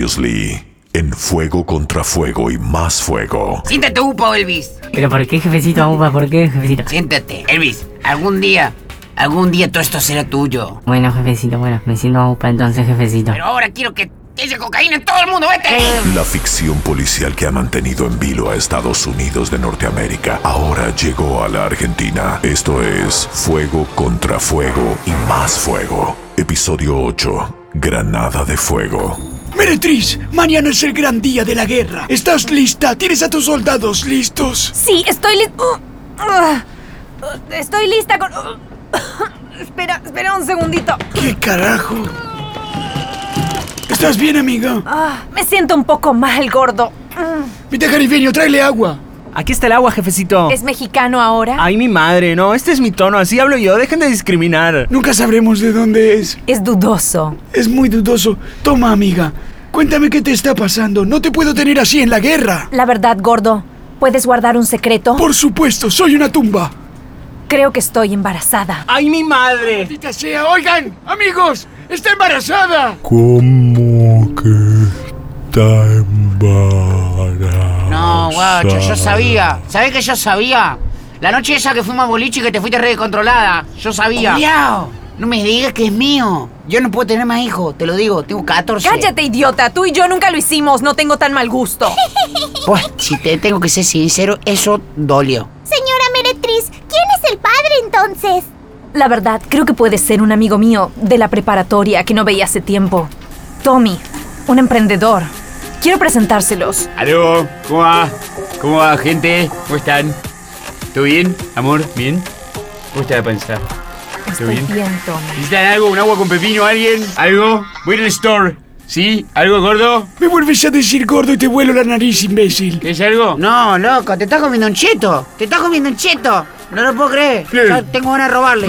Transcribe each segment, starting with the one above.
Previously, en Fuego contra Fuego y más Fuego. Siéntate, Upa, Elvis. ¿Pero por qué, jefecito Upa? ¿Por qué, jefecito? Siéntate. Elvis, algún día, algún día todo esto será tuyo. Bueno, jefecito, bueno, me siento Upa entonces, jefecito. Pero ahora quiero que ese cocaína en todo el mundo, vete. La ficción policial que ha mantenido en vilo a Estados Unidos de Norteamérica ahora llegó a la Argentina. Esto es Fuego contra Fuego y más Fuego. Episodio 8. Granada de Fuego. Meretriz, mañana es el gran día de la guerra. ¿Estás lista? ¿Tienes a tus soldados listos? Sí, estoy lista. Estoy lista con. uh, Espera, espera un segundito. ¿Qué carajo? ¿Estás bien, amiga? Ah, me siento un poco mal, gordo. Vete a Jarifeño, tráele agua. Aquí está el agua, jefecito. Oh. ¿Es mexicano ahora? Ay, mi madre, no, este es mi tono, así hablo yo, dejen de discriminar. Nunca sabremos de dónde es. Es dudoso. Es muy dudoso. Toma, amiga. Cuéntame qué te está pasando. No te puedo tener así en la guerra. La verdad, gordo, ¿puedes guardar un secreto? Por supuesto, soy una tumba. Creo que estoy embarazada. Ay, mi madre. Maldita sea, oigan, amigos, está embarazada. ¿Cómo que está embarazada? No, guacho, yo sabía. ¿Sabés que yo sabía? La noche esa que fuimos a boliche y que te fuiste re descontrolada, yo sabía. Cuidado, no me digas que es mío. Yo no puedo tener más hijos, te lo digo, tengo 14. Cállate, idiota. Tú y yo nunca lo hicimos. No tengo tan mal gusto. Pues, si te tengo que ser sincero, eso dolió. Señora Meretriz, ¿quién es el padre entonces? La verdad, creo que puede ser un amigo mío de la preparatoria que no veía hace tiempo. Tommy, un emprendedor. Quiero presentárselos. Aló, ¿cómo va? ¿Cómo va, gente? ¿Cómo están? ¿Todo bien, amor? ¿Bien? ¿Cómo está la panza? Estoy bien? bien, Tommy. ¿Necesitan algo? ¿Un agua con pepino? ¿Alguien? ¿Algo? Voy al store. ¿Sí? ¿Algo gordo? Me vuelves a decir gordo y te vuelo la nariz, imbécil. ¿Quieres algo? No, loco, te estás comiendo un cheto. Te estás comiendo un cheto. No lo puedo creer. Bien. Ya tengo ganas de robarle.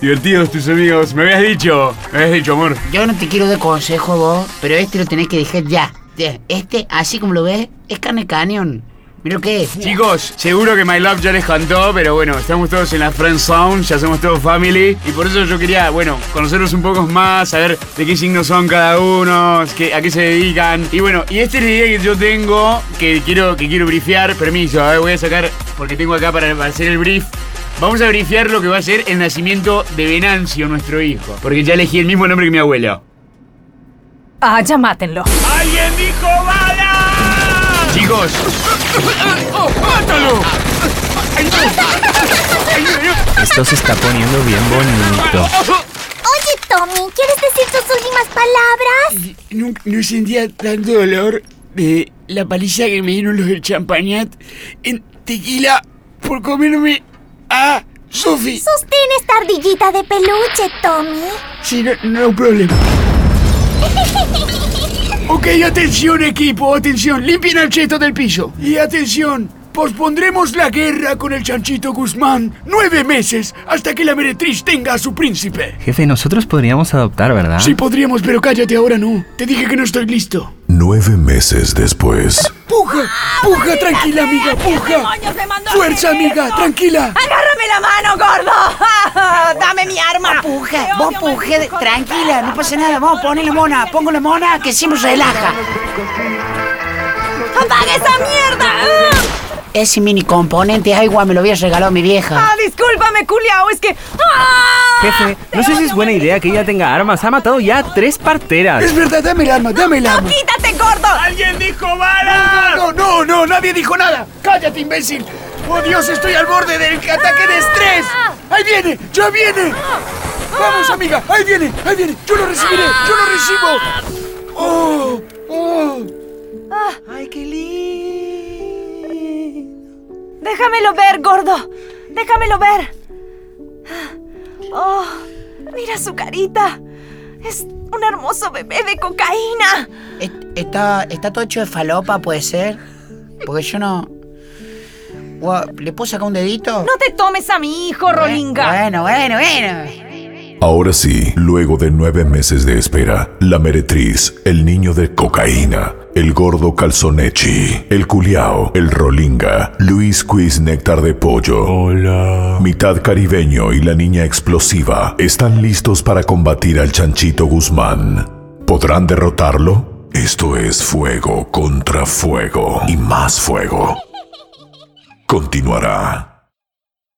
Divertidos tus amigos, me habías dicho. Me habías dicho, amor. Yo no te quiero de consejo vos, pero este lo tenés que dejar ya. Ya, Este, así como lo ves, es carne cañón. Mira lo que es. Chicos, seguro que My Love ya les cantó, pero bueno, estamos todos en la Friend Zone, ya somos todos family. Y por eso yo quería, bueno, conocerlos un poco más, saber de qué signos son cada uno, qué- a qué se dedican. Y bueno, y esta es la idea que yo tengo, que quiero, que quiero brifear. Permiso, a ver, voy a sacar, porque tengo acá para, para hacer el brief. Vamos a brifear lo que va a ser el nacimiento de Venancio, nuestro hijo. Porque ya elegí el mismo nombre que mi abuelo. Ah, ya mátenlo. ¡Alguien dijo bala! Chicos. ¡Oh, mátalo! ¡Ay, no! ¡Ay, no! Esto se está poniendo bien bonito. Oye, Tommy, ¿quieres decir tus últimas palabras? No, no sentía tanto dolor de la paliza que me dieron los del champañat en tequila por comerme a Sofi. Sostén esta ardillita de peluche, Tommy. Sí, no, no hay problema. Ok, atención equipo, atención, limpien al cheto del piso. Y atención, pospondremos la guerra con el chanchito Guzmán nueve meses hasta que la meretriz tenga a su príncipe. Jefe, nosotros podríamos adoptar, ¿verdad? Sí podríamos, pero cállate ahora no. Te dije que no estoy listo. Nueve meses después. Puja, puja, tranquila amiga, puja. demonios me mandó a Fuerza hacer amiga, eso! tranquila. ¡Agárrame la mano, gordo! ¡Dame mi arma! Puja, vos puje, de- tranquila, no pasa nada. Vamos, ponle la mona, pongo la mona que siempre relaja. ¡Apaga esa mierda! ¡Ah! Ese mini componente, ay, guau, me lo había regalado mi vieja. ¡Ah, discúlpame, culiao! Es que... ¡Ah! Jefe, no sé si es buena idea que ella tenga armas. Ha matado ya tres Es parteras. verdad, dame el arma, dame el arma. ¡Quítate, gordo! ¡Alguien dijo bala! No, no, no, nadie dijo nada. Cállate, imbécil. Oh Dios, estoy al borde del ataque de estrés. Ahí viene, ya viene. Vamos, amiga, ahí viene, ahí viene. Yo lo recibiré, yo lo recibo. Oh, oh. Déjamelo ver, gordo. Déjamelo ver. Oh, mira su carita. Es un hermoso bebé de cocaína. Es- Está, está todo hecho de falopa, puede ser. Porque yo no. Guau, ¿Le puedo sacar un dedito? No te tomes a mi hijo, Rolinga. Bueno, bueno, bueno. Ahora sí, luego de nueve meses de espera, la meretriz, el niño de cocaína, el gordo calzonechi, el culiao, el rolinga, Luis Quiz Néctar de Pollo, Hola. mitad caribeño y la niña explosiva están listos para combatir al chanchito Guzmán. ¿Podrán derrotarlo? Esto es fuego contra fuego y más fuego. Continuará.